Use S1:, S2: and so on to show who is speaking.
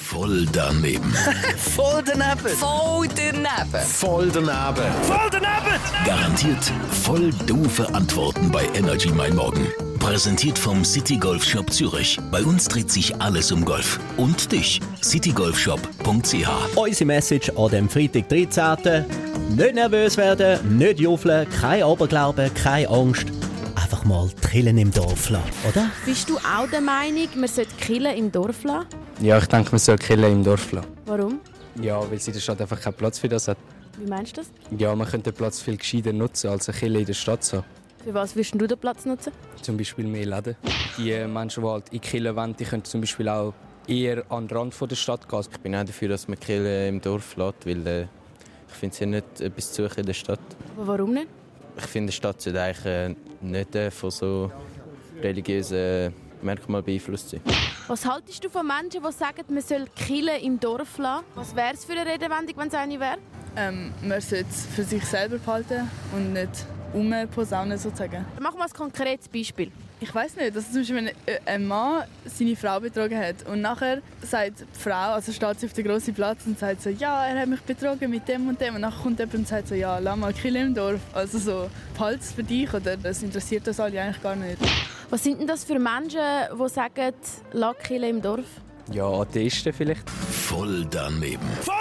S1: Voll daneben.
S2: Voll daneben.
S3: Voll daneben.
S1: Voll daneben.
S2: Voll daneben!
S1: Garantiert voll doofe Antworten bei Energy Mein Morgen. Präsentiert vom City Golf Shop Zürich. Bei uns dreht sich alles um Golf. Und dich, citygolfshop.ch.
S4: Unsere Message an dem Freitag 13. Nicht nervös werden, nicht juffeln, kein Aberglauben, keine Angst. Einfach mal trillen im Dorf lassen, oder?
S5: Bist du auch der Meinung, man sollte Killen im Dorf lassen?
S6: Ja, ich denke, man soll Killen im Dorf lassen.
S5: Warum?
S6: Ja, weil sie in der Stadt einfach keinen Platz für das hat.
S5: Wie meinst du das?
S6: Ja, man könnte den Platz viel gescheiter nutzen, als eine Kille in der Stadt zu haben.
S5: Für was würdest du den Platz nutzen?
S6: Zum Beispiel mehr Läden. Die äh, Menschen, die halt in Killen wollen, die können zum Beispiel auch eher an den Rand von der Stadt gehen.
S7: Ich bin auch dafür, dass man Killen im Dorf lässt, weil äh, ich finde es ja nicht etwas zu suchen in der Stadt.
S5: Aber warum nicht?
S7: Ich finde, die Stadt sollte eigentlich äh, nicht äh, von so religiösen Merkmalen beeinflusst sein.
S5: Was haltest du von Menschen, die sagen, man soll Killen im Dorf lassen? Was wäre es für eine Redewendung, wenn es eine wäre?
S8: ähm, man sollte es für sich selber behalten und nicht umposaunen sozusagen.
S5: Dann Machen wir ein konkretes Beispiel.
S8: Ich weiß nicht, dass zum Beispiel wenn äh, ein Mann seine Frau betrogen hat und nachher sagt die Frau, also steht sie auf den grossen Platz und sagt so, ja, er hat mich betrogen mit dem und dem und nachher kommt jemand und sagt so, ja, lass mal Kill im Dorf. Also so, behalte es für dich oder das interessiert das alle eigentlich gar nicht.
S5: Was sind denn das für Menschen, die sagen, lass Killen im Dorf?
S6: Ja, Atheisten vielleicht.
S1: Voll daneben. Voll